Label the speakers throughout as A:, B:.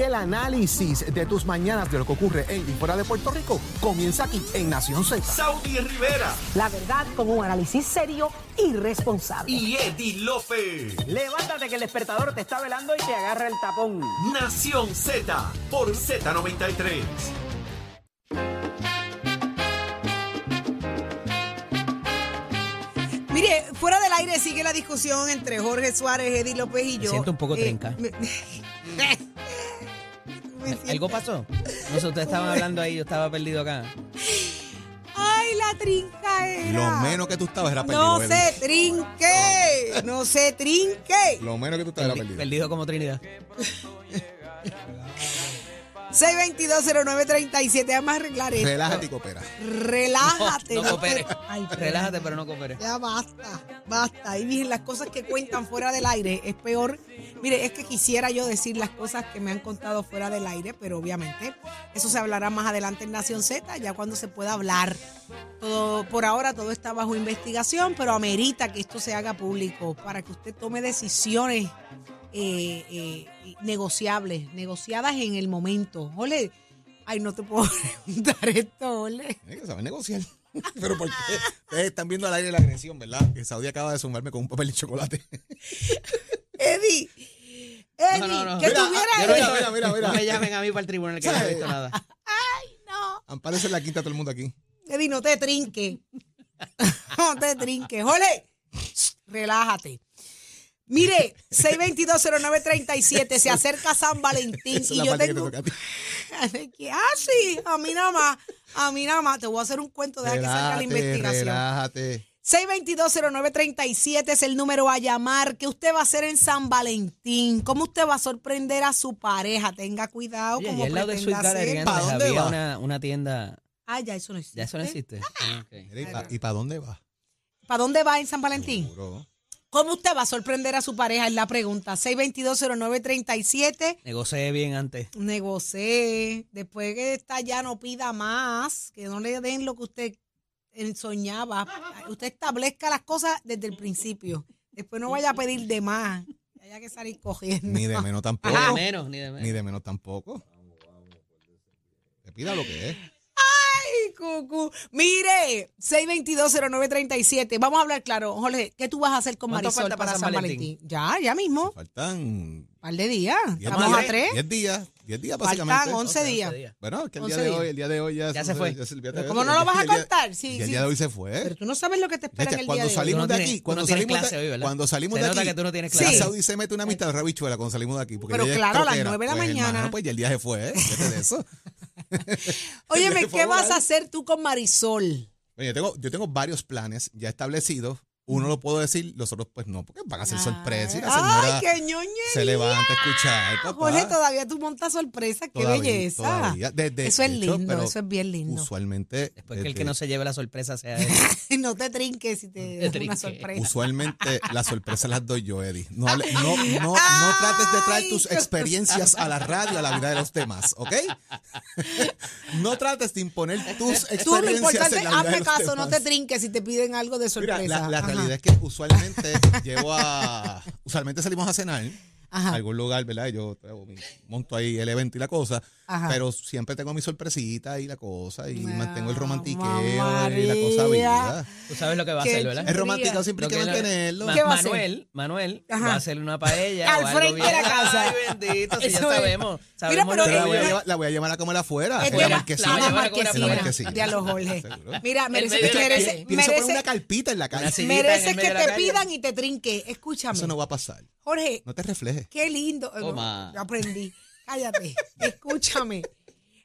A: el análisis de tus mañanas de lo que ocurre en y fuera de Puerto Rico comienza aquí en Nación Z.
B: Saudi Rivera
C: La verdad con un análisis serio y responsable.
B: y Eddie Lofe.
D: Levántate que el despertador te está velando y te agarra el tapón.
B: Nación Z por Z93.
E: Mire, fuera del aire sigue la discusión entre Jorge Suárez, Eddie López y yo. Eh,
F: siento un poco trenca.
E: me- Me siento-
F: ¿Algo pasó? Nosotros estaban hablando ahí, yo estaba perdido acá.
E: Ay, la trinca era.
G: Lo menos que tú estabas era perdido.
E: No
G: Eddie.
E: se trinque, no se trinque.
G: Lo menos que tú estabas era
F: Perdido.
G: perdido.
F: como Trinidad.
E: 6220937, vamos a arreglar esto.
G: Relájate y coopera.
E: Relájate.
F: No, no
E: te-
F: coopere.
E: Ay, perdón.
F: Relájate, pero no coopere.
E: Ya basta, basta. Y miren, las cosas que cuentan fuera del aire es peor. Mire, es que quisiera yo decir las cosas que me han contado fuera del aire, pero obviamente eso se hablará más adelante en Nación Z, ya cuando se pueda hablar. Todo, por ahora todo está bajo investigación, pero amerita que esto se haga público para que usted tome decisiones eh, eh, negociables, negociadas en el momento. Ole, ay, no te puedo preguntar esto, ole.
G: Hay que saber negociar. Pero porque ustedes están viendo al aire la agresión, ¿verdad? Que Saudi acaba de sumarme con un papel de chocolate.
E: Eddie. Eddie,
F: No, no, no.
E: que
G: Mira,
E: tuviera
G: yo no-
E: él.
G: mira, mira, mira, mira.
F: No me llamen a mí para el tribunal que no he visto nada.
G: Ampárese en la quinta todo el mundo aquí.
E: Eddie, no te trinque. no te trinque. ¡Jole! Relájate. Mire, 6220937, se acerca San Valentín
G: Esa es
E: y
G: la
E: yo
G: parte que te
E: tengo...
G: toca a ti.
E: ¿Qué? ah, sí, a mí nada más, a mí nada más. Te voy a hacer un cuento, deja que salga la
G: Relájate,
E: investigación.
G: relájate.
E: 6220937 es el número a llamar. ¿Qué usted va a hacer en San Valentín? ¿Cómo usted va a sorprender a su pareja? Tenga cuidado.
F: Oye,
E: como
F: y al lado de Sweet Gallery
G: ¿Para
F: antes
G: dónde
F: había
G: va?
F: una, una tienda.
E: Ah, ya, eso no existe.
F: ¿Ya eso no existe? Ah, ok.
G: Mira, ¿Y para dónde va?
E: ¿Para dónde va en San Valentín?
G: Seguro.
E: ¿Cómo usted va a sorprender a su pareja? Es la pregunta. 6220937.
F: Negocié bien antes.
E: Negocé. Después que está ya, no pida más. Que no le den lo que usted eh, soñaba. Usted establezca las cosas desde el principio. Después no vaya a pedir de más. Haya que salir cogiendo.
G: Ni de menos tampoco.
E: Ah,
F: Ni de menos, ni de
G: Ni
F: menos.
G: de menos tampoco. Te pida lo que es.
E: Ay, cucú. Mire, 6220937. Vamos a hablar claro. Jorge, ¿qué tú vas a hacer con
F: ¿Cuánto
E: Marisol
F: falta
E: para San Valentín? Ya, ya mismo.
G: Faltan
E: Par de días.
G: diez
E: Estamos
G: días.
E: a tres.
G: 10 días. 10 días básicamente.
E: Faltan 11 días.
G: Bueno, es que el día
E: 11
G: de
E: días.
G: hoy, el día de hoy ya,
F: Ya se fue.
G: olvídate.
E: ¿Cómo no
G: Ya-
E: lo vas
G: ya
E: a
G: el día-
E: contar?
G: ya
E: Sí,
G: el
E: sí.
G: día de hoy se fue.
E: Pero tú no sabes lo que te espera
G: Chacha,
E: en el día
G: ¿Eh? cuando
E: de hoy.
G: salimos
F: Tú no
G: de
F: tienes-
G: aquí,
F: tú
G: cuando
F: no tienes
G: salimos de
F: clase hoy, ¿verdad?
G: cuando salimos
F: Se
G: de
F: nota
G: aquí,
F: que tú no tienes
G: la
F: clase.
G: Saudi se mete una amistad rabichuela cuando salimos de aquí, porque
E: Pero
G: ella es
E: claro, a las
G: troquera.
E: nueve de la
G: Pues,
E: mañana.
G: hermano, pues ya el día se fue, ¿eh? Fíjate de eso.
E: Óyeme,
G: este
E: ¿qué
G: Por favor,
E: vas a
G: dale.
E: hacer tú con Marisol?
G: Oye, yo tengo, yo tengo varios planes ya establecidos. Uno lo puedo decir, los otros pues no, porque van a ser sorpresas y la
E: Ay,
G: señora
E: qué ñoñería.
G: se levanta a escuchar, papá.
E: Jorge, todavía tú montas sorpresas. Qué
G: Todavía,
E: belleza.
G: todavía. De- de
E: eso es
G: hecho,
E: lindo,
G: pero
E: eso es bien lindo.
G: Usualmente, eh,
F: Después que el
G: desde-
F: que no se lleve la sorpresa sea él.
E: no te trinques si te das una
F: trinques.
E: sorpresa.
G: Usualmente las sorpresas las doy yo, Eddie. No, hable- no, no, no trates de traer tus experiencias a la radio, a la vida de los demás, ¿ok? No trates de imponer tus experiencias
E: Tú lo importante,
G: en la vida de
E: hazme
G: los
E: caso, no te
G: demás.
E: trinques si te piden algo de
G: Mira,
E: sorpresa.
G: la, la
E: Ajá.
G: realidad es que usualmente llevo a... Usualmente salimos a cenar a
E: Ajá.
G: algún lugar, ¿verdad? Yo traigo mi- monto ahí el evento y la cosa,
E: Ajá.
G: pero siempre tengo mi sorpresita y la cosa y
E: Ah,
G: mantengo el
E: mamá
G: romantiqueo y la
E: María.
G: cosa viva.
F: Tú sabes lo que va a
E: Qué
F: hacer, ¿verdad?
G: El romantiqueo siempre
F: Lo
G: hay que
F: que la-
G: mantenerlo.
F: Ma-
E: ¿Qué va a hacer?
F: Manuel, Manuel
E: Ajá.
F: va a hacer una paella.
E: Al
F: o algo
E: frente de
F: bien.
E: la casa.
F: Ay, bendito, si ya
E: Eso es.
F: sabemos.
E: Mira,
F: sabemos
E: pero
F: lo
G: Pero la
F: que
G: voy, a
E: Ella-
G: llevar, la voy a llevar a comer afuera,
E: Es
G: en
E: de
G: la
E: la-
G: marquesina.
E: la
F: llevar a comer
E: marquesina.
G: En la marquesina.
E: De a los Jorge.
G: Seguro.
E: Mira, merece,
F: medio de la
E: merece-
F: calle.
G: Pienso poner
E: merece-
G: una carpita en la calle.
F: Una silla.
E: merece
F: en
E: que
F: medio de la
E: te
F: calle.
E: pidan y te trinque. Escúchame.
G: Eso no va a pasar.
E: Jorge,
G: No te reflejes.
E: Qué lindo. Eh, no,
F: Toma.
E: yo aprendí. Cállate. Escúchame.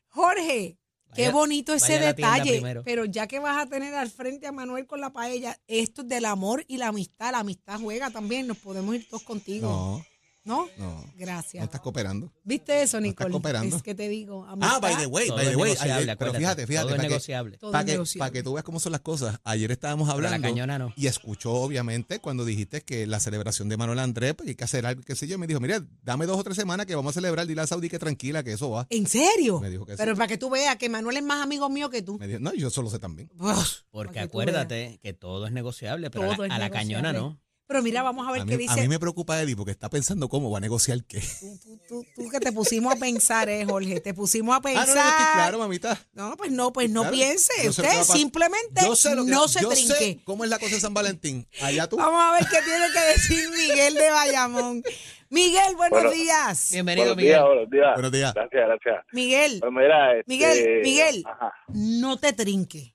E: Jorge, qué
F: Vaya-
E: bonito ese
F: vaya a la tienda
E: detalle.
F: primero.
E: Pero ya que vas a tener al frente a Manuel con la paella, esto es del amor y la amistad. La amistad juega también. Nos podemos ir todos contigo.
G: No,
E: ¿No?
G: no.
E: Gracias.
G: No estás cooperando.
E: ¿Viste eso,
G: no estás
E: Nicole?
G: cooperando.
E: es que te digo. amistad,
G: Ah, by the way,
F: Todo
G: by the
F: es
G: way.
F: negociable,
G: ayer- pero
F: acuérdate,
G: fíjate, fíjate.
F: Todo es
G: para que-
F: negociable.
E: todo
G: Para
E: es
G: que,
E: negociable.
G: pa' que tú veas cómo son las cosas. Ayer estábamos
F: la
G: hablando
F: cañona no.
G: y escuchó, obviamente, cuando dijiste que la celebración de Manuel Andrés, pues hay que hacer algo, qué sé yo. Me dijo, mira, dame dos o tres semanas que vamos a celebrar. Dile a Saudi que tranquila, que eso va.
E: ¿En serio?
G: Me dijo que sí.
E: pero para que tú veas que Manuel es más amigo mío que tú.
G: Me dijo, no, yo solo sé también.
E: Uf,
F: Porque
E: para que tú
F: acuérdate que todo es negociable, pero a la,
E: Todo es
F: a la cañona
E: negociable.
F: no.
E: Pero mira, vamos a ver
G: A
E: qué
G: mí, a
E: dice.
G: mí me preocupa Eddie porque está pensando cómo va a negociar qué.
E: Tú, tú- tú- tú que te pusimos a pensar, eh, Jorge. Te pusimos a
G: Ah,
E: pensar.
G: no, no, yo estoy claro, mamita.
E: No, pues no, pues no
G: Claro,
E: piense.
G: yo sé lo que
E: Usted
G: va a pasar.
E: simplemente
G: Yo sé lo que-
E: no se Ah,
G: yo sé
E: trinque.
G: ¿Cómo es la cosa de San Valentín? Allá tú.
E: Vamos a ver qué tiene que decir Miguel de Bayamón. Miguel, buenos
H: Bueno.
E: días.
F: Bienvenido,
H: buenos días,
F: Miguel.
H: buenos días.
G: Buenos días.
H: Gracias, gracias.
E: Miguel,
H: Pues mira, este,
E: Miguel, Miguel.
H: ajá.
E: no te trinque.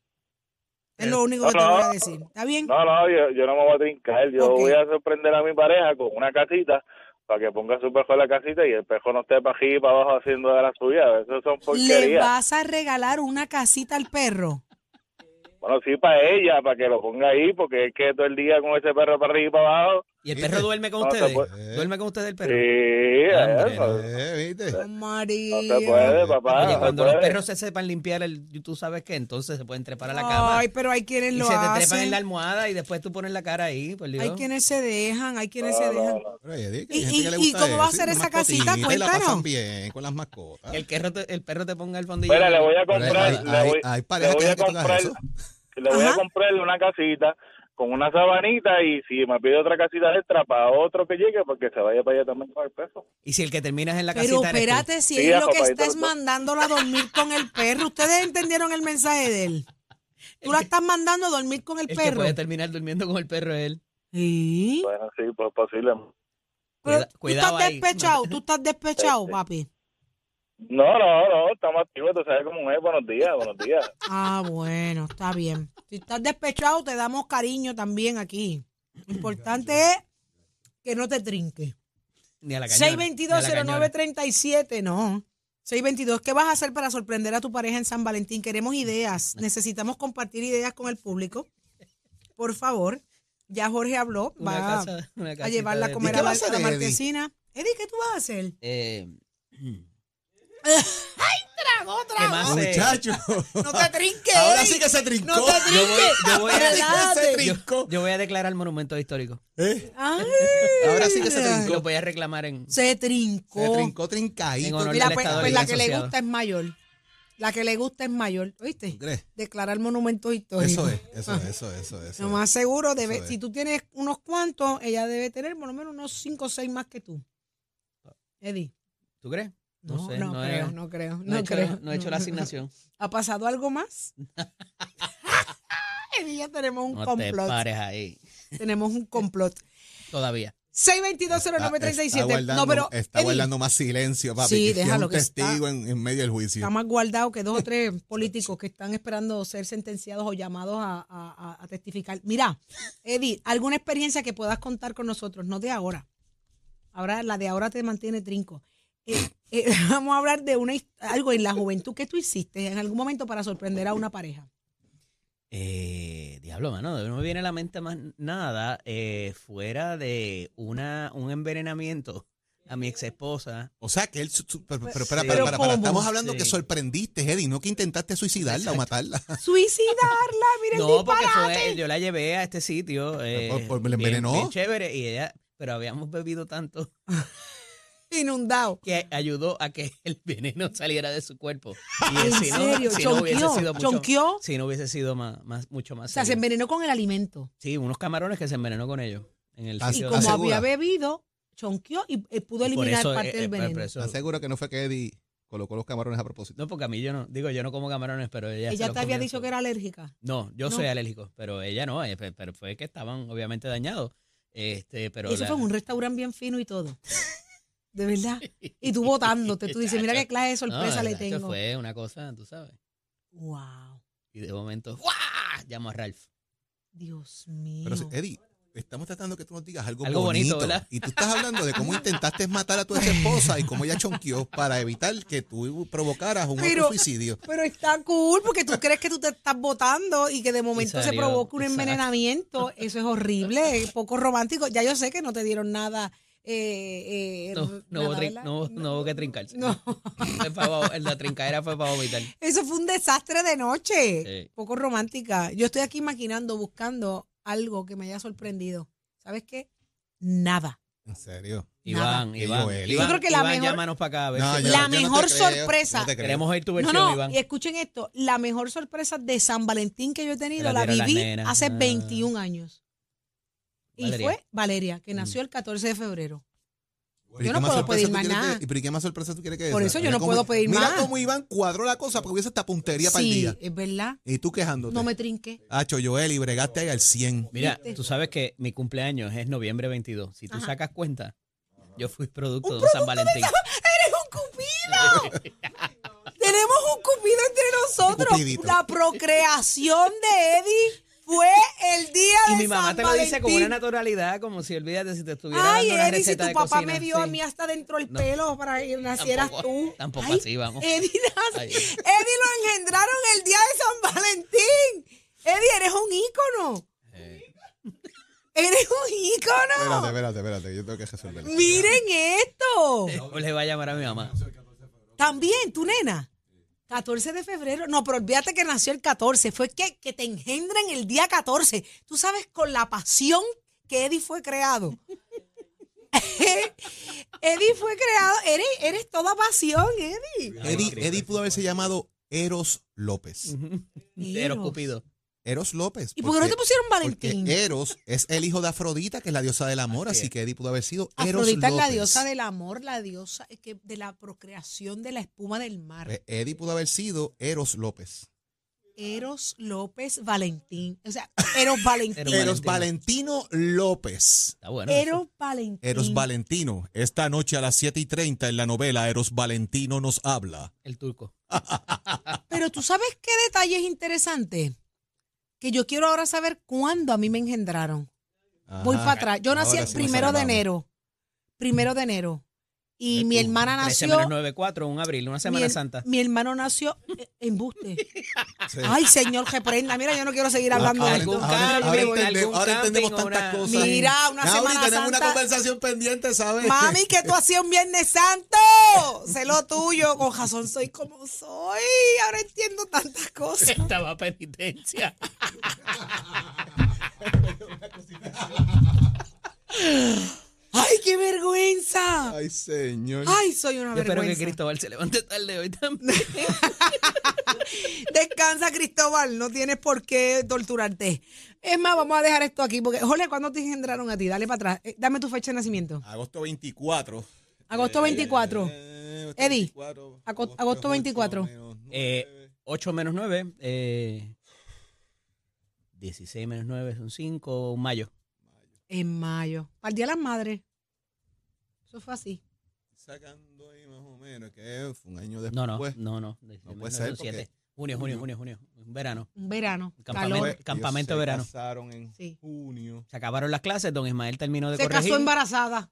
E: Es lo único
H: Eh, No,
E: que te voy a
H: no.
E: decir. ¿Está bien?
H: No, no, yo, yo no me voy a trincar. Yo
E: Ok.
H: voy a sorprender a mi pareja con una casita para que ponga su perro en la casita y el perro no esté para aquí y para abajo haciendo de la suya. Eso son
E: ¿Le
H: porquerías.
E: vas a regalar una casita al perro?
H: Bueno, sí, para ella, para que lo ponga ahí, porque es que todo el día con ese perro para arriba y para abajo.
F: ¿Y el perro duerme con
H: No Ah, se
F: ustedes?
H: puede.
F: ¿Duerme con ustedes el perro?
H: Sí,
F: Hombre,
H: eso.
G: Eh, ¿viste?
E: Oh,
H: No
E: María.
H: se puede, papá.
F: Oye,
H: no
F: cuando
H: se
F: los
H: puede.
F: perros se sepan limpiar, el, tú sabes que entonces se pueden trepar a la cama.
E: Ay, pero hay quienes
F: y
E: lo
F: se te trepan en
E: hacen.
F: la almohada y después tú pones la cara ahí, por Dios.
E: Hay quienes se dejan, hay quienes se
H: No, no,
E: dejan.
H: no.
G: Pero, Eddie, que
E: ¿Y-
G: hay gente
E: y-
G: que le
E: y
G: gusta
E: cómo va a
G: eso,
E: ser
G: y
E: esa
G: las
E: casita?
G: mascotitas, y la
E: Cuéntanos.
G: pasan bien con las mascotas.
F: El, perro te, el perro te ponga el fondillo.
H: Mira, le voy a
G: Pero hay-
H: comprar.
G: hay-
H: le voy-
G: hay- hay
H: le
G: parejas
H: voy
G: que
H: a
G: hacen que tú hagas
H: comprar.
G: eso.
H: Le voy a
E: Ajá.
H: comprarle una casita con una sabanita y si me pide otra casita extra para otro que llegue, porque se vaya para allá también con el peso.
F: Y si el que terminas en la casita
E: Pero
F: eres tú.
E: espérate, si
H: Sí,
E: es
H: a
E: lo que
H: papadito
E: estás
H: los dos.
E: mandándolo a dormir con el perro. ¿Ustedes entendieron el mensaje de él? Tú la estás mandando a dormir con el,
F: El que
E: perro.
F: puede terminar durmiendo con el perro es él.
E: Sí.
H: Bueno, sí, pues posiblemente.
E: Pero
F: Cuida- cuidado
E: tú estás
F: ahí.
E: despechado, tú estás despechado,
H: Sí.
E: papi.
H: No, no, no, estamos activos, tú sabes cómo es. Buenos días, buenos días.
E: Ah, bueno, está bien. Si estás despechado, te damos cariño también aquí. Lo importante es que no te trinque.
F: Ni a la cañona, ni a la cañona.
E: 622-0937, no. 622, ¿qué vas a hacer para sorprender a tu pareja en San Valentín? Queremos ideas, necesitamos compartir ideas con el público. Por favor, ya Jorge habló,
F: Una
E: va
F: casa- una
E: a
F: casita
E: llevarla a
F: de-
E: comer
G: ¿Y
E: a,
G: qué va a
E: Mar-
G: hacer,
E: a
G: Eddie?
E: Martesina. Eddie, ¿qué tú vas a hacer?
F: Eh,
E: Otra,
F: ¿Qué más?
G: Ah, Muchacho.
E: no te trinques.
G: Ahora
E: Eddie.
G: sí que se trincó.
E: No te
F: Yo voy, yo voy a,
E: Relájate.
G: se
F: yo,
G: trincó.
F: yo voy a declarar monumento histórico.
G: ¿Eh?
E: Ay,
G: Ahora sí que se
F: Y Lo
G: trincó.
F: voy a reclamar en...
E: se trincó.
G: Se trincó trincadito.
F: En honor
E: Mira,
F: del
E: Oh. pues,
F: Estado
E: pues la
F: Libre
E: que le
F: Asociado.
E: gusta es mayor. La que le gusta es mayor, ¿oíste?
G: ¿Tú crees?
E: Declarar monumentos históricos.
G: Eso es, eso es, eso es, eso es.
E: Lo Ah. más seguro, debe,
G: Eso es.
E: si tú tienes unos cuantos, ella debe tener por lo menos unos 5 o 6 más que tú. Eddie.
F: ¿Tú crees?
E: No, no,
F: sé, he-
E: creo, no creo, no,
F: no he hecho-
E: creo.
F: no he hecho la asignación.
E: ¿Ha pasado algo más? Eddie, ya tenemos un
F: No te
E: complot.
F: pares ahí.
E: Tenemos un complot.
F: todavía.
E: 6220937.
G: Ah, Está
E: No, pero.
G: guardando- Está
E: Eddie,
G: guardando más silencio, papi.
E: Sí,
G: que es que es
E: déjalo
G: un
E: que está-
G: testigo en, en medio del
E: Está
G: juicio.
E: más guardado que dos o tres políticos que están esperando ser sentenciados o llamados a, a- a- a testificar. Mira, Eddie, alguna experiencia que puedas contar con nosotros, no de ahora. Ahora la de ahora te mantiene trinco. Eh, eh, vamos a hablar de una his- algo en la juventud que tú hiciste en algún momento para sorprender a una pareja.
F: Eh, diablo, mano, no me viene a la mente más nada eh, fuera de una, un envenenamiento a mi ex esposa.
G: O sea, que él. su- su- Pero, pero, espera,
F: Sí.
G: espera,
F: Pero
G: espera, espera.
E: ¿cómo?
G: Estamos hablando que
F: Sí.
G: sorprendiste, Eddie, no que intentaste suicidarla o matarla.
E: Suicidarla, mira el
F: No, porque
E: disparate.
F: fue, yo la llevé a este sitio. eh,
G: por- por- ¿la
F: bien-
G: envenenó?
F: bien chévere, y ella, pero habíamos bebido tanto
E: Inundado.
F: que ayudó a que el veneno saliera de su cuerpo. Y
E: ¿En
F: si no-
E: serio?
F: si no hubiese
E: ¿Chonqueó?
F: sido mucho-
E: ¿Chonqueó?
F: Si no hubiese sido más, más- mucho
E: O
F: más.
E: sea, se
F: serio.
E: envenenó con el alimento.
F: Sí, unos camarones que se envenenó con ellos. En el
G: Ah,
E: Y
G: sí,
F: sitio
E: como
F: de-
G: Asegura.
E: había bebido, chonqueó y eh, pudo
F: y por
E: eliminar
F: eso,
E: parte
F: eh, eh,
E: del
F: por
E: veneno.
F: eso-
G: ¿Estás seguro que no fue que Eddie colocó los camarones a propósito?
F: No, porque a mí yo no, digo, yo no como camarones, pero ella... se
E: Ella
F: los
E: te había
F: comió
E: dicho
F: sola.
E: que era alérgica.
F: No, yo
E: No.
F: soy alérgico, pero ella no, eh, pe- pero fue que estaban obviamente dañados. Este, pero
E: Y eso
F: la-
E: fue en un restaurante bien fino y todo. De verdad. Y tú votándote. Tú dices, mira qué clase de sorpresa
F: No,
E: le
F: tacho,
E: tengo.
F: fue una cosa, tú sabes.
E: Wow.
F: Y de momento, ¡guau! Llamo a Ralph.
E: Dios mío.
G: Pero, Eddie, estamos tratando que tú nos digas algo,
F: Algo bonito,
G: bonito.
F: ¿verdad?
G: Y tú estás hablando de cómo intentaste matar a tu ex esposa y cómo ella chonqueó para evitar que tú provocaras un
E: Pero-
G: suicidio.
E: Pero está cool porque tú crees que tú te estás votando y que de momento se
F: salió,
E: provoca un
F: exacto.
E: envenenamiento. Eso es horrible, es poco romántico. Ya yo sé que no te dieron nada. eh, eh,
F: No, no, hubo
E: nada,
F: trin-
E: ¿verdad?
F: no hubo- no hubo que trincarse.
E: No.
F: Fue pa' vo- la trincadera fue para vomitar.
E: Eso fue un desastre de noche.
F: Sí.
E: Poco romántica. Yo estoy aquí maquinando, buscando algo que me haya sorprendido. ¿Sabes qué? Nada.
G: En serio.
F: Iván,
G: Qué
F: Iván,
G: Joel.
F: Iván,
G: Yo
E: creo que la
F: Iván,
E: mejor-
F: llámanos para acá a ver
G: No,
F: si-
G: yo-
E: la
G: yo no te
E: mejor
G: creo,
E: sorpresa.
G: no te creo.
F: queremos oír tu
E: No,
F: versión,
E: no,
F: Iván.
E: y escuchen esto. La mejor sorpresa de San Valentín que yo he tenido
F: la
E: la
F: dieron las
E: viví
F: nenas.
E: hace
F: Ah.
E: 21 años. Y
F: Valeria. Mm.
E: fue Valeria, que nació el 14 de febrero.
G: ¿Y
E: Yo no
G: qué más
E: puedo
G: sorpresa
E: pedir
G: tú
E: más
G: quieres
E: nada.
G: que- ¿Pero y qué más sorpresa tú quieres que
E: Por
G: esa?
E: eso yo
G: Mira
E: no
G: cómo-
E: puedo pedir
G: mira
E: más.
G: cómo Iván cuadró la cosa porque hubiese esta puntería para el
E: Sí,
G: día.
E: es verdad.
G: Y tú quejándote.
E: No me trinqué.
G: Acho, Joel, y bregaste ahí al 100.
F: Mira,
E: ¿Viste?
F: tú sabes que mi cumpleaños es noviembre 22. Si tú
E: Ajá.
F: sacas cuenta, yo fui producto,
E: ¡Un
F: de un San
E: producto de
F: Valentín.
E: ¡Eres un cupido! Tenemos un cupido entre nosotros.
G: cupidito.
E: La procreación de Eddie fue el día de
F: Y mi mamá
E: San
F: te lo dice con
E: Valentín.
F: una naturalidad, como si olvídate si te estuviera
E: Ay,
F: dando una
E: Eddie, si
F: receta
E: tu
F: de
E: papá
F: cocina,
E: me dio a
F: sí.
E: mí hasta dentro el
F: No.
E: pelo para que nacieras
F: Tampoco-
E: tú.
F: tampoco
E: Ay,
F: así, vamos.
E: Eddie, nace-
F: Ay.
E: Eddie lo engendraron el día de San Valentín. Eddie, eres un ícono.
F: Eh.
E: Eres un ícono.
G: Espérate, espérate, espérate. Yo tengo que resolverlo.
E: Miren esto.
F: No le va a llamar a mi mamá.
E: También, tu nena. 14 de febrero. No, pero olvídate que nació el 14. Fue que, que te engendran el día 14. Tú sabes con la pasión que Eddie fue creado. Eddie fue creado. Eres, eres toda pasión, Eddie.
G: Eddie, Eddie pudo haberse llamado Eros López.
F: Pero
E: Eros.
F: Cupido.
G: Eros López.
E: ¿Y por qué no te pusieron Valentín?
G: Porque Eros es el hijo de Afrodita, que es la diosa del amor, así,
F: Así es.
G: que Eddie pudo haber sido Eros
E: Afrodita es
G: López.
E: la diosa del amor, la diosa eh, que- de la procreación de la espuma del mar.
G: Eh, Eddie pudo haber sido Eros López.
E: Eros López Valentín. O sea, Eros Valentín.
F: Eros
G: Eros Valentino López.
F: Está bueno. eso.
E: Eros Valentín.
G: Eros Valentino, esta noche a las 7 y 30 en la novela Eros Valentino nos habla.
F: El turco.
E: Pero tú sabes qué detalle es interesante. Que yo quiero ahora saber cuándo a mí me engendraron. Voy para atrás. Yo nací
G: Ah, ahora
E: el
G: sí nos
E: primero de
G: salvamos.
E: enero. Primero de enero. Y mi hermana
F: 13
E: nació.
F: menos 9, 4, un abril, una Semana
E: mi, her-
F: Santa.
E: mi hermano nació eh, embuste.
G: Sí. ah,
E: Ay, señor, que prenda. Mira, yo no quiero seguir hablando de
G: Ahora,
E: esto.
F: algún
G: ahora-
F: cambio,
G: ahora
F: algún
G: entendemos, ahora
F: camping
G: entendemos
F: o
G: tantas
F: una-
G: cosas.
E: Mira, una
G: Nauri,
E: Semana
G: tenemos una
E: Santa.
G: conversación pendiente, ¿sabes?
E: Mami, que tú hacías un Viernes Santo. Sé lo tuyo. Con razón soy como soy. Ahora entiendo tantas cosas.
F: Estaba penitencia.
E: Ay, qué vergüenza.
G: Ay, señor.
E: Ay, soy una
F: Yo espero que
E: vergüenza.
F: Cristóbal se levante tarde hoy también.
E: Descansa, Cristóbal. No tienes por qué torturarte. Es más, vamos a dejar esto aquí. Porque, Jorge, ¿cuándo te engendraron a ti? Dale para atrás. Eh, dame tu fecha de nacimiento.
G: Agosto 24.
E: Agosto 24.
G: Eh,
E: Eddie,
G: 24,
E: ago- agosto
G: ocho,
E: 24.
G: menos nueve.
F: Eh, 8 menos 9, eh, 16 menos 9 son 5, un mayo.
E: En mayo. Para el Día de las Madres. Eso fue así.
G: Sacando ahí más o menos, que fue un año después.
F: No, no, no, no. 16
G: Pues, puede
F: menos
G: ser,
F: son siete.
G: porque-
F: Junio, junio, junio, junio. Un verano.
E: Un verano.
F: Campamento.
E: Calor.
G: Ellos
F: campamento
G: se
F: verano.
G: casaron en
E: Sí.
G: junio.
F: Se acabaron las clases, don Ismael terminó de
E: Se
F: corregir.
E: casó embarazada.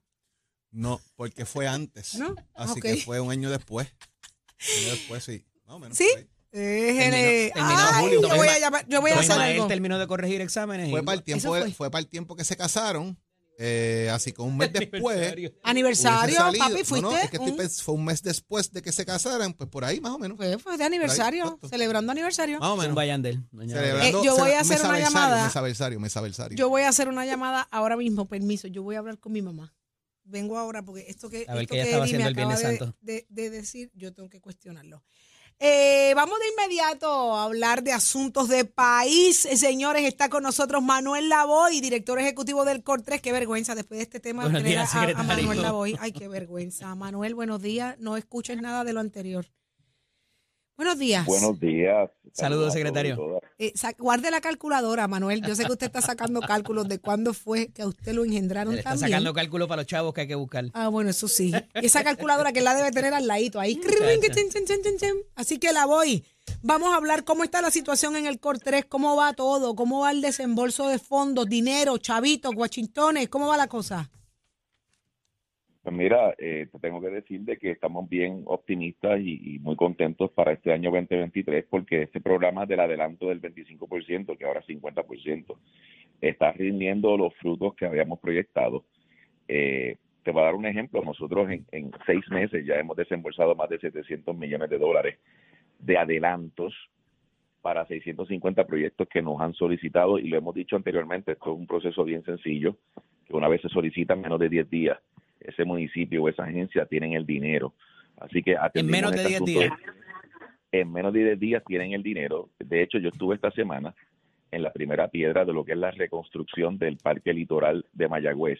G: No, porque fue antes.
E: ¿No?
G: Así
E: Ok.
G: que fue un año después. Un año después, sí. Más o menos
E: ¿Sí?
G: por ahí.
E: Déjele.
F: terminó
E: Eh, Ay,
F: Julio.
E: yo voy a
F: Toma-
E: llamar. Yo voy a
F: Don
E: hacer
F: Ismael
E: algo.
F: terminó de corregir exámenes.
G: Fue
F: y-
G: para el tiempo,
E: Eso
G: de-
E: fue.
G: fue. para el tiempo que se casaron. eh, así que un mes después.
F: Aniversario.
G: hubiese
E: Aniversario,
G: salido.
E: papi, fuiste.
G: No, no, es que estoy
E: un-
G: pens- fue un mes después de que se casaran, pues por ahí más o menos.
E: Fue- fue de aniversario.
G: exacto.
E: Celebrando aniversario.
G: Más o
F: Un
G: menos.
F: Bayandel. doña Gabriela.
G: Celebrando-
E: Eh, yo voy a
G: cele-
E: hacer una
G: mesaversario,
E: llamada.
G: Mesaversario, mesaversario.
E: Yo voy a hacer una llamada ahora mismo, permiso. Yo voy a hablar con mi mamá. Vengo ahora porque esto que,
F: A ver
E: esto
F: qué ella
E: que
F: estaba
E: Eddie me
F: haciendo el
E: acaba
F: Viernes
E: de-
F: Santo.
E: De, de decir, yo tengo que cuestionarlo. Eh, vamos de inmediato a hablar de asuntos de país. Eh, Señores, está con nosotros Manuel Lavoy, director ejecutivo del COR3. Qué vergüenza después de este tema
F: Buenos
E: tener
F: días,
E: a- a,
F: secretario.
E: Manuel Lavoy. Ay, qué vergüenza. Manuel, buenos días. No escuches nada de lo anterior. Buenos días.
H: Buenos días.
F: Saludos,
H: a todos y
F: secretario.
H: todas.
E: Eh, sa- guarde la calculadora, Manuel. Yo sé que usted está sacando cálculos de cuándo fue que a usted lo engendraron
F: Le está
E: también.
F: sacando cálculo para los chavos que hay que buscar.
E: Ah, bueno, eso sí. Y esa calculadora que la debe tener al ladito ahí. Así que la voy. Vamos a hablar cómo está la situación en el COR 3, cómo va todo, cómo va el desembolso de fondos, dinero, chavitos, guachintones, cómo va la cosa.
H: Pues mira, eh, te tengo que decir de que estamos bien optimistas y, y muy contentos para este año 2023 porque este programa del adelanto del 25%, que ahora es 50%, está rindiendo los frutos que habíamos proyectado. Eh, te voy a dar un ejemplo. Nosotros en, en seis meses ya hemos desembolsado más de 700 millones de dólares de adelantos para 650 proyectos que nos han solicitado y lo hemos dicho anteriormente, esto es un proceso bien sencillo, que una vez se solicita en menos de 10 días, ese municipio o esa agencia tienen el dinero. Así que atendimos
F: menos de
H: este
F: 10
H: asunto
F: días.
H: de- En menos de 10 días tienen el dinero. De hecho, yo estuve esta semana en la primera piedra de lo que es la reconstrucción del parque litoral de Mayagüez.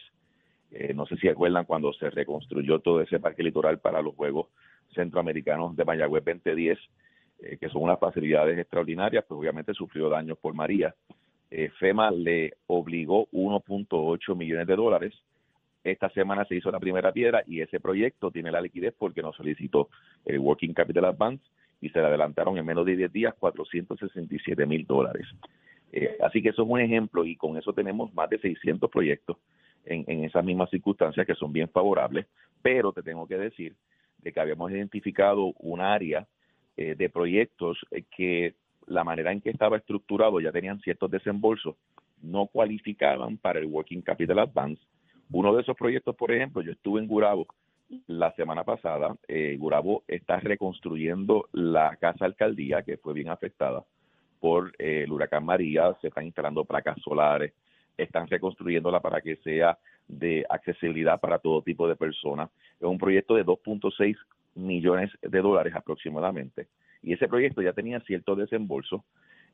H: Eh, no sé si acuerdan cuando se reconstruyó todo ese parque litoral para los Juegos Centroamericanos de Mayagüez 2010, eh, que son unas facilidades extraordinarias, pero obviamente sufrió daños por María. Eh, FEMA le obligó 1.8 millones de dólares. Esta semana se hizo la primera piedra y ese proyecto tiene la liquidez porque nos solicitó el Working Capital Advance y se le adelantaron en menos de 10 días 467 mil dólares. Eh, así que eso es un ejemplo y con eso tenemos más de 600 proyectos en, en esas mismas circunstancias que son bien favorables, pero te tengo que decir de que habíamos identificado un área eh, de proyectos eh, que la manera en que estaba estructurado ya tenían ciertos desembolsos, no cualificaban para el Working Capital Advance. Uno de esos proyectos, por ejemplo, yo estuve en Gurabo la semana pasada, eh, Gurabo está reconstruyendo la casa alcaldía que fue bien afectada por eh, el huracán María, se están instalando placas solares, están reconstruyéndola para que sea de accesibilidad para todo tipo de personas. Es un proyecto de 2.6 millones de dólares aproximadamente. Y ese proyecto ya tenía cierto desembolso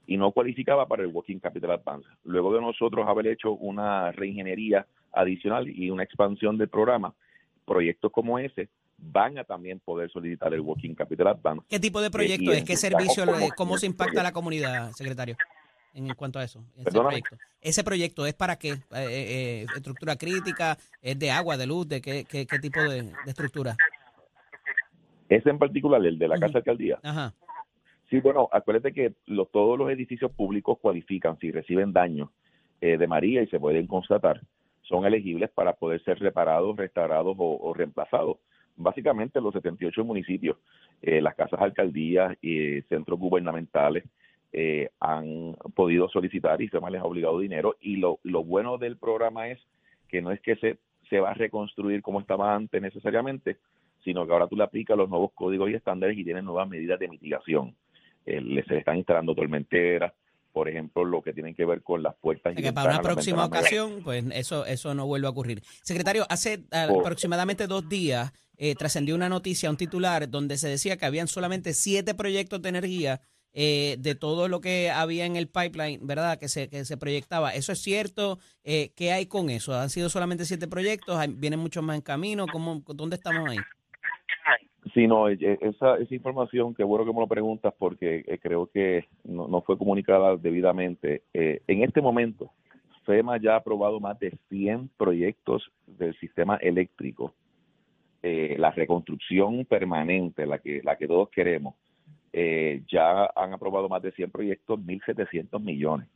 H: y no cualificaba para el Working Capital Advance. Luego de nosotros haber hecho una reingeniería adicional y una expansión del programa, proyectos como ese van a también poder solicitar el Working Capital Advance.
F: ¿Qué tipo
H: Eh,
F: de proyecto
H: y
F: es? ¿Qué
H: identificamos
F: servicio? le-
H: como-
F: ¿Cómo se impacta a la comunidad, secretario? En cuanto a eso, ese
H: Perdóname.
F: proyecto. ¿Ese proyecto es para qué? Eh, eh, eh, ¿Estructura crítica? ¿Es de agua, de luz? ¿De qué, qué, qué tipo de, de estructura?
H: Ese en particular, el de la
F: Ujú.
H: Casa Alcaldía.
F: Ajá.
H: Sí, bueno, acuérdate que los- todos los edificios públicos cualifican si reciben daño eh, de María y se pueden constatar. Son elegibles para poder ser reparados, restaurados o, o reemplazados. Básicamente los 78 municipios, eh, las casas alcaldías y centros gubernamentales eh, han podido solicitar y FEMA les ha obligado dinero. Y lo, lo bueno del programa es que no es que se, se va a reconstruir como estaba antes necesariamente, sino que ahora tú le aplicas los nuevos códigos y estándares y tienes nuevas medidas de mitigación eh, le- se le están instalando tormenteras, por ejemplo, lo que tienen que ver con las puertas
F: O
H: y
F: sea, que para una
H: ventanas, las
F: próxima
H: ventanas mayores.
F: ocasión, pues eso, eso no vuelve a ocurrir. Secretario, hace ah,
H: Oh.
F: aproximadamente dos días eh, trascendió una noticia, un titular, donde se decía que habían solamente siete proyectos de energía eh, de todo lo que había en el pipeline, ¿verdad? Que se, que se proyectaba. ¿Eso es cierto? Eh, ¿Qué hay con eso? ¿Han sido solamente siete proyectos? ¿Hay- ¿Vienen muchos más en camino? ¿Cómo, ¿Dónde estamos ahí?
H: Sí, no, eh, eh, esa, esa información, qué bueno que me lo preguntas porque eh, creo que no, no fue comunicada debidamente. Eh, en este momento, FEMA ya ha aprobado más de 100 proyectos del sistema eléctrico. Eh, la reconstrucción permanente, la que, la que todos queremos, eh, ya han aprobado más de 100 proyectos, 1.700 millones.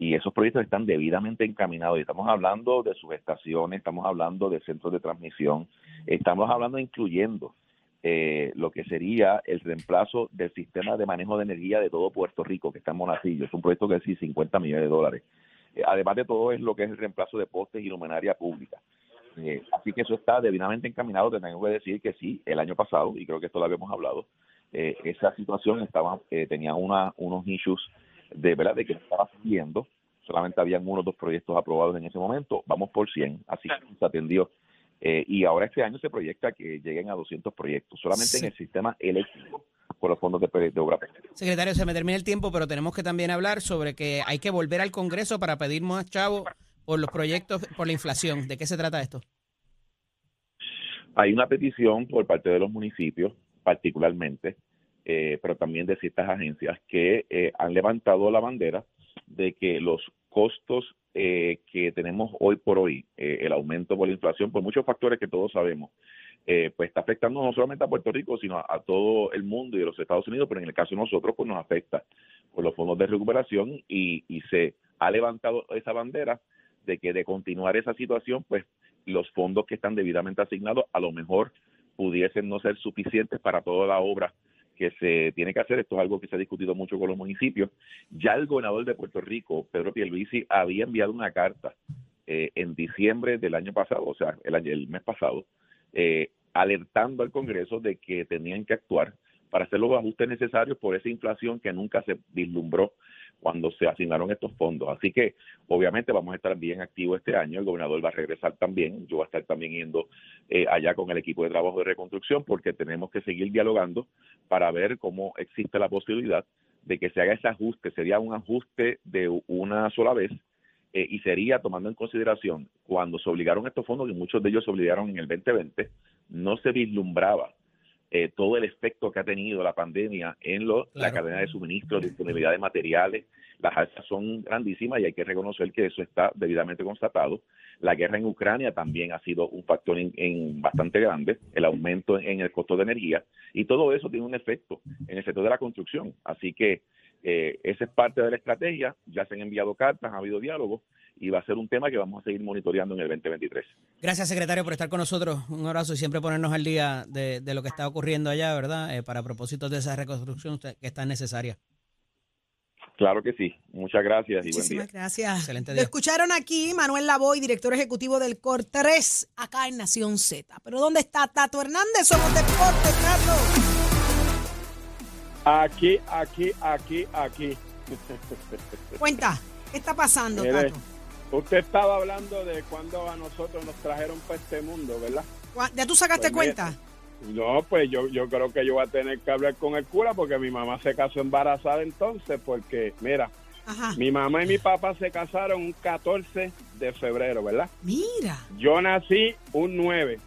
H: Y esos proyectos están debidamente encaminados. Y estamos hablando de subestaciones, estamos hablando de centros de transmisión, estamos hablando incluyendo eh, lo que sería el reemplazo del sistema de manejo de energía de todo Puerto Rico, que está en Monacillo. Es un proyecto que sí, 50 millones de dólares. Eh, además de todo, es lo que es el reemplazo de postes y luminaria pública. Eh, así que eso está debidamente encaminado. Te Tengo que decir que sí, el año pasado, y creo que esto lo habíamos hablado, eh, esa situación estaba, eh, tenía una, unos issues de verdad de que estaba subiendo. Solamente habían uno o dos proyectos aprobados en ese momento. Vamos por 100, así que se atendió. Eh, y ahora este año se proyecta que lleguen a 200 proyectos, solamente
F: Sí.
H: en el sistema eléctrico con los fondos de, de obra pública.
F: Secretario, se me termina el tiempo, pero tenemos que también hablar sobre que hay que volver al Congreso para pedir más chavo por los proyectos, por la inflación. ¿De qué se trata esto?
H: Hay una petición por parte de los municipios, particularmente, eh, pero también de ciertas agencias que eh, han levantado la bandera de que los costos eh, que tenemos hoy por hoy, eh, el aumento por la inflación, por muchos factores que todos sabemos, eh, pues está afectando no solamente a Puerto Rico, sino a, a todo el mundo y a los Estados Unidos, pero en el caso de nosotros, pues nos afecta por los fondos de recuperación y, y se ha levantado esa bandera de que de continuar esa situación, pues los fondos que están debidamente asignados a lo mejor pudiesen no ser suficientes para toda la obra que se tiene que hacer. Esto es algo que se ha discutido mucho con los municipios. Ya el gobernador de Puerto Rico, Pedro Pierluisi, había enviado una carta eh, en diciembre del año pasado, o sea, el, año- el mes pasado, eh, alertando al Congreso de que tenían que actuar para hacer los ajustes necesarios por esa inflación que nunca se vislumbró cuando se asignaron estos fondos. Así que obviamente vamos a estar bien activos este año, el gobernador va a regresar también, yo voy a estar también yendo eh, allá con el equipo de trabajo de reconstrucción porque tenemos que seguir dialogando para ver cómo existe la posibilidad de que se haga ese ajuste, sería un ajuste de una sola vez eh, y sería tomando en consideración cuando se obligaron estos fondos, y muchos de ellos se obligaron en el 2020, no se vislumbraba eh, todo el efecto que ha tenido la pandemia en lo- la
F: Claro.
H: cadena de suministro, disponibilidad de materiales. Las alzas son grandísimas y hay que reconocer que eso está debidamente constatado. La guerra en Ucrania también ha sido un factor en- en bastante grande, el aumento en el costo de energía, y todo eso tiene un efecto en el sector de la construcción. Así que eh, esa es parte de la estrategia, ya se han enviado cartas, ha habido diálogos, y va a ser un tema que vamos a seguir monitoreando en el 2023.
F: Gracias, secretario, por estar con nosotros. Un abrazo y siempre ponernos al día de, de lo que está ocurriendo allá, ¿verdad? Eh, para propósitos de esa reconstrucción que es tan necesaria.
H: Claro que sí, muchas gracias y buen día.
E: Muchísimas gracias.
F: Excelente
E: Lo
F: día.
E: escucharon aquí, Manuel Lavoy, director ejecutivo del Cor 3, acá en Nación Z. Pero ¿dónde está Tato Hernández? Somos deporte, Carlos.
I: Aquí, aquí, aquí, aquí.
E: Cuenta, ¿qué está pasando,
I: Mire,
E: Tato?
I: usted estaba hablando de cuando a nosotros nos trajeron para este mundo, ¿verdad?
E: Gua- ¿Ya tú sacaste
I: Pues mira,
E: cuenta?
I: No, pues yo, yo creo que yo voy a tener que hablar con el cura porque mi mamá se casó embarazada entonces, porque mira,
E: Ajá.
I: mi mamá y mi papá se casaron un 14 de febrero, ¿verdad?
E: Mira.
I: Yo nací un 9.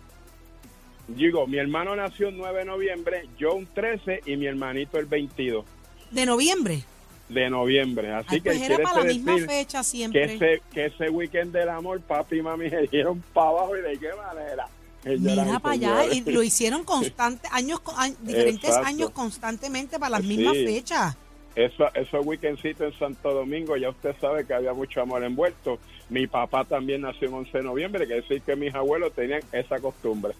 I: Digo, mi hermano nació un 9 de noviembre, yo un 13 y mi hermanito el 22
E: De noviembre.
I: de noviembre. Así
E: Ay,
I: que
E: pues era
I: quiere
E: para la
I: decir
E: misma fecha
I: que
E: siempre.
I: ese, que ese weekend del amor, papi y mami se dieron para abajo y de qué manera. Ella era
E: Mira
I: mi
E: para allá,
I: señora.
E: y lo hicieron constante, años, co- a- diferentes
I: Exacto. Pues
E: años constantemente para las
I: Sí.
E: mismas fechas.
I: Eso, esos weekendcitos en Santo Domingo, ya usted sabe que había mucho amor envuelto. Mi papá también nació en 11 de noviembre, que decir que mis abuelos tenían esa costumbre.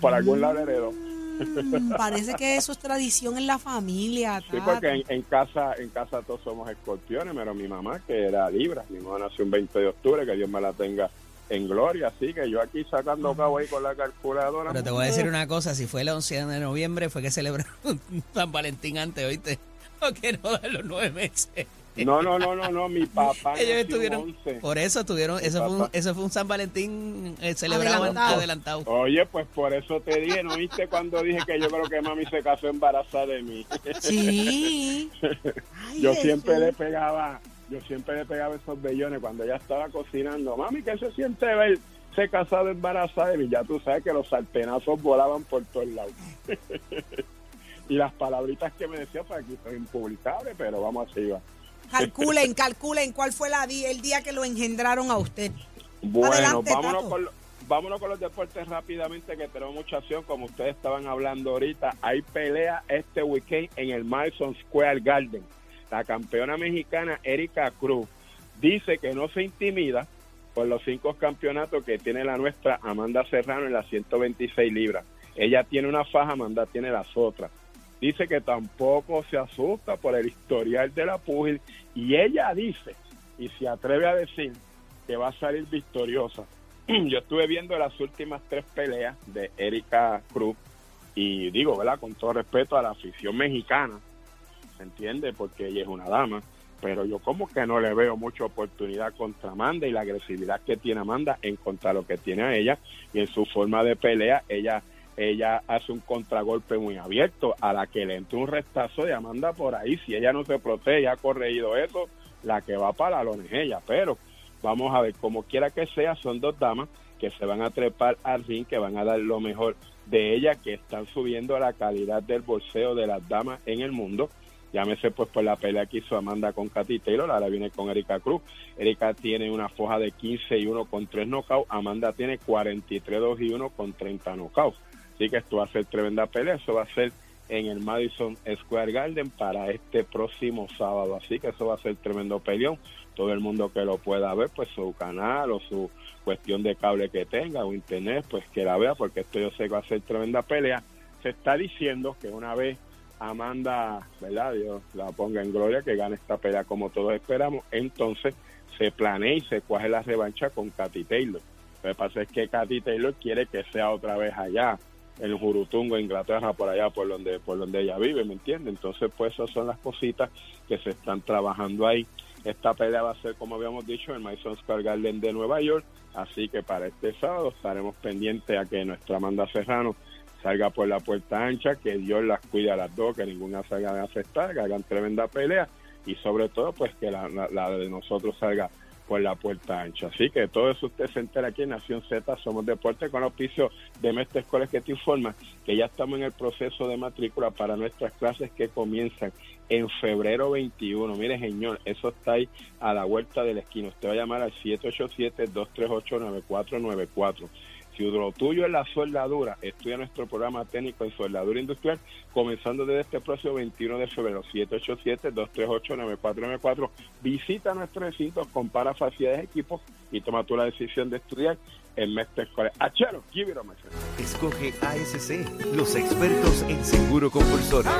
I: Por algún lado heredó.
E: Mm, parece que eso es tradición en la familia.
I: Sí,
E: Tato.
I: porque en, en casa en casa todos somos escorpiones, pero mi mamá, que era Libra, mi mamá nació un 20 de octubre, que Dios me la tenga en gloria. Así que yo aquí sacando cabo ahí con la calculadora.
F: Pero te voy a decir una cosa, si fue el 11 de noviembre fue que celebraron San Valentín antes, ¿oíste? Porque no de los nueve meses.
I: No, no, no, no, no, mi papá.
F: Ellos
I: nació
F: estuvieron-
I: 11.
F: Por eso tuvieron,
I: Sí,
F: eso fue un,
I: papá.
F: eso fue un San Valentín eh, celebrado
E: Adelantado.
F: adelantado.
I: Oye, pues por eso te dije, ¿no viste cuando dije que yo creo que mami se casó embarazada de mí?
E: Sí. Ay,
I: Yo
E: Jesús.
I: siempre le pegaba, yo siempre le pegaba esos bellones cuando ella estaba cocinando. Mami, ¿qué se siente ver se casado embarazada de mí? Ya tú sabes que los sartenazos volaban por todos lados. y las palabritas que me decía, pues aquí estoy impublicable, pero vamos así va.
E: Calculen, calculen cuál fue la di- el día que lo engendraron a usted.
I: Bueno,
E: Adelante,
I: vámonos
E: Tato.
I: con, lo- vámonos con los deportes rápidamente que tenemos mucha acción, como ustedes estaban hablando ahorita. Hay pelea este weekend en el Madison Square Garden. La campeona mexicana Erika Cruz dice que no se intimida por los cinco campeonatos que tiene la nuestra Amanda Serrano en las 126 libras. Ella tiene una faja, Amanda tiene las otras. Dice que tampoco se asusta por el historial de la pugil y ella dice y se atreve a decir que va a salir victoriosa. Yo estuve viendo las últimas tres peleas de Erika Cruz y digo, ¿verdad? Con todo respeto a la afición mexicana, ¿se entiende? Porque ella es una dama, pero yo como que no le veo mucha oportunidad contra Amanda y la agresividad que tiene Amanda en contra de lo que tiene a ella y en su forma de pelea ella ella hace un contragolpe muy abierto a la que le entra un restazo de Amanda por ahí, si ella no se protege, ha corregido eso, la que va para la lona es ella, pero Vamos a ver, como quiera que sea, son dos damas que se van a trepar al ring, que van a dar lo mejor de ellas, que están subiendo la calidad del bolseo de las damas en el mundo. Llámese pues por la pelea que hizo Amanda con Katy Taylor, ahora viene con Erika Cruz. Erika tiene una foja de 15 y 1 con 3 knockouts, Amanda tiene 43, 2 y 1 con 30 knockouts. Así que esto va a ser tremenda pelea, eso va a ser en el Madison Square Garden para este próximo sábado. Así que eso va a ser tremendo peleón todo el mundo que lo pueda ver, pues su canal o su cuestión de cable que tenga o internet, pues que la vea, porque esto yo sé que va a ser tremenda pelea. Se está diciendo que una vez Amanda, ¿verdad? Dios la ponga en gloria, que gane esta pelea como todos esperamos, entonces se planea y se cuaje la revancha con Katy Taylor. Lo que pasa es que Katy Taylor quiere que sea otra vez allá, en Jurutungo, Inglaterra, por allá, por donde, por donde ella vive, ¿me entiende? Entonces, pues esas son las cositas que se están trabajando ahí. Esta pelea va a ser, como habíamos dicho, en el Madison Square Garden de Nueva York. Así que para este sábado estaremos pendientes a que nuestra Amanda Serrano salga por la puerta ancha, que Dios las cuide a las dos, que ninguna salga de afectar, que hagan tremenda pelea y sobre todo pues que la, la- la de nosotros salga por la puerta ancha. Así que todo eso usted se entera aquí en Nación Z, somos deporte con auspicio de Mestre Escoles que te informa que ya estamos en el proceso de matrícula para nuestras clases que comienzan en febrero 21. Mire, señor, eso está ahí a la vuelta de la esquina. Usted va a llamar al 787-238-9494. Si lo tuyo es la soldadura, estudia nuestro programa técnico en soldadura industrial, comenzando desde este próximo 21 de febrero, 787-238-9494. Visita nuestro recinto, compara facilidades, equipos y toma tú la decisión de estudiar en Mestre Escoles. ¡Achero! ¡Give it a my friend.
B: Escoge ASC, los expertos en seguro compulsorio.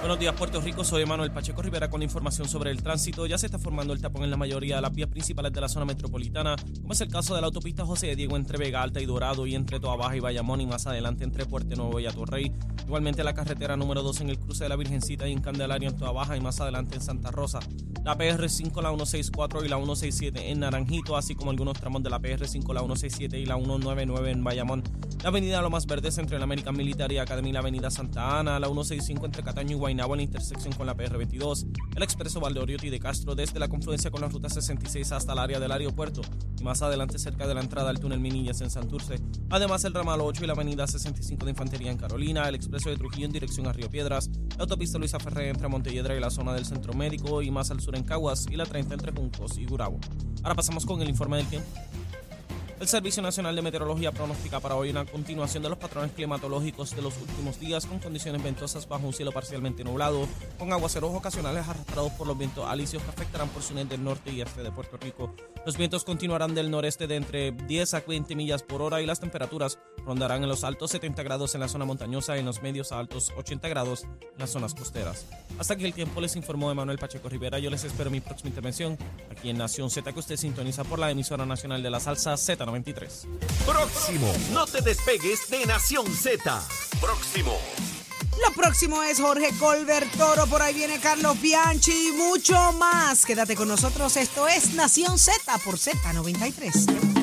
F: Buenos días, Puerto Rico. Soy Manuel Pacheco Rivera con la información sobre el tránsito. Ya se está formando el tapón en la mayoría de las vías principales de la zona metropolitana, como es el caso de la autopista José de Diego entre Vega Alta y Dorado y entre Toa Baja y Bayamón y más adelante entre Puerto Nuevo y Atorrey. Igualmente la carretera número 2 en el cruce de la Virgencita y en Candelario en Toa Baja y más adelante en Santa Rosa. La PR5, la 164 y la 167 en Naranjito, así como algunos tramos de la PR5, la 167 y la 199 en Bayamón. La avenida Lo Más Verdes entre la American Military Academy y la avenida Santa Ana, la 165 entre Cataño y Guaynabo en la intersección con la PR22, el expreso Valdoriotti de Castro desde la confluencia con la ruta 66 hasta el área del aeropuerto y más adelante cerca de la entrada al túnel Minillas en Santurce. Además, el ramal 8 y la avenida 65 de Infantería en Carolina, el expreso de Trujillo en dirección a Río Piedras, la autopista Luisa Ferré entre Montelledra y la zona del Centro Médico y más al sur en Caguas y la 30 entre Juncos y Gurabo. Ahora pasamos con el informe del tiempo. El Servicio Nacional de Meteorología pronostica para hoy una continuación de los patrones climatológicos de los últimos días con condiciones ventosas bajo un cielo parcialmente nublado, con aguaceros ocasionales arrastrados por los vientos alisios que afectarán porciones del norte y este de Puerto Rico. Los vientos continuarán del noreste de entre 10 a 20 millas por hora y las temperaturas rondarán en los altos 70 grados en la zona montañosa y en los medios a altos 80 grados en las zonas costeras. Hasta aquí el tiempo les informó Emanuel Pacheco Rivera. Yo les espero en mi próxima intervención aquí en Nación Z que usted sintoniza por la emisora nacional de la salsa Z93.
B: Próximo. No te despegues de Nación Z. Próximo.
E: Lo próximo es Jorge Colbert Toro, por ahí viene Carlos Bianchi y mucho más. Quédate con nosotros, esto es Nación Z por Z93.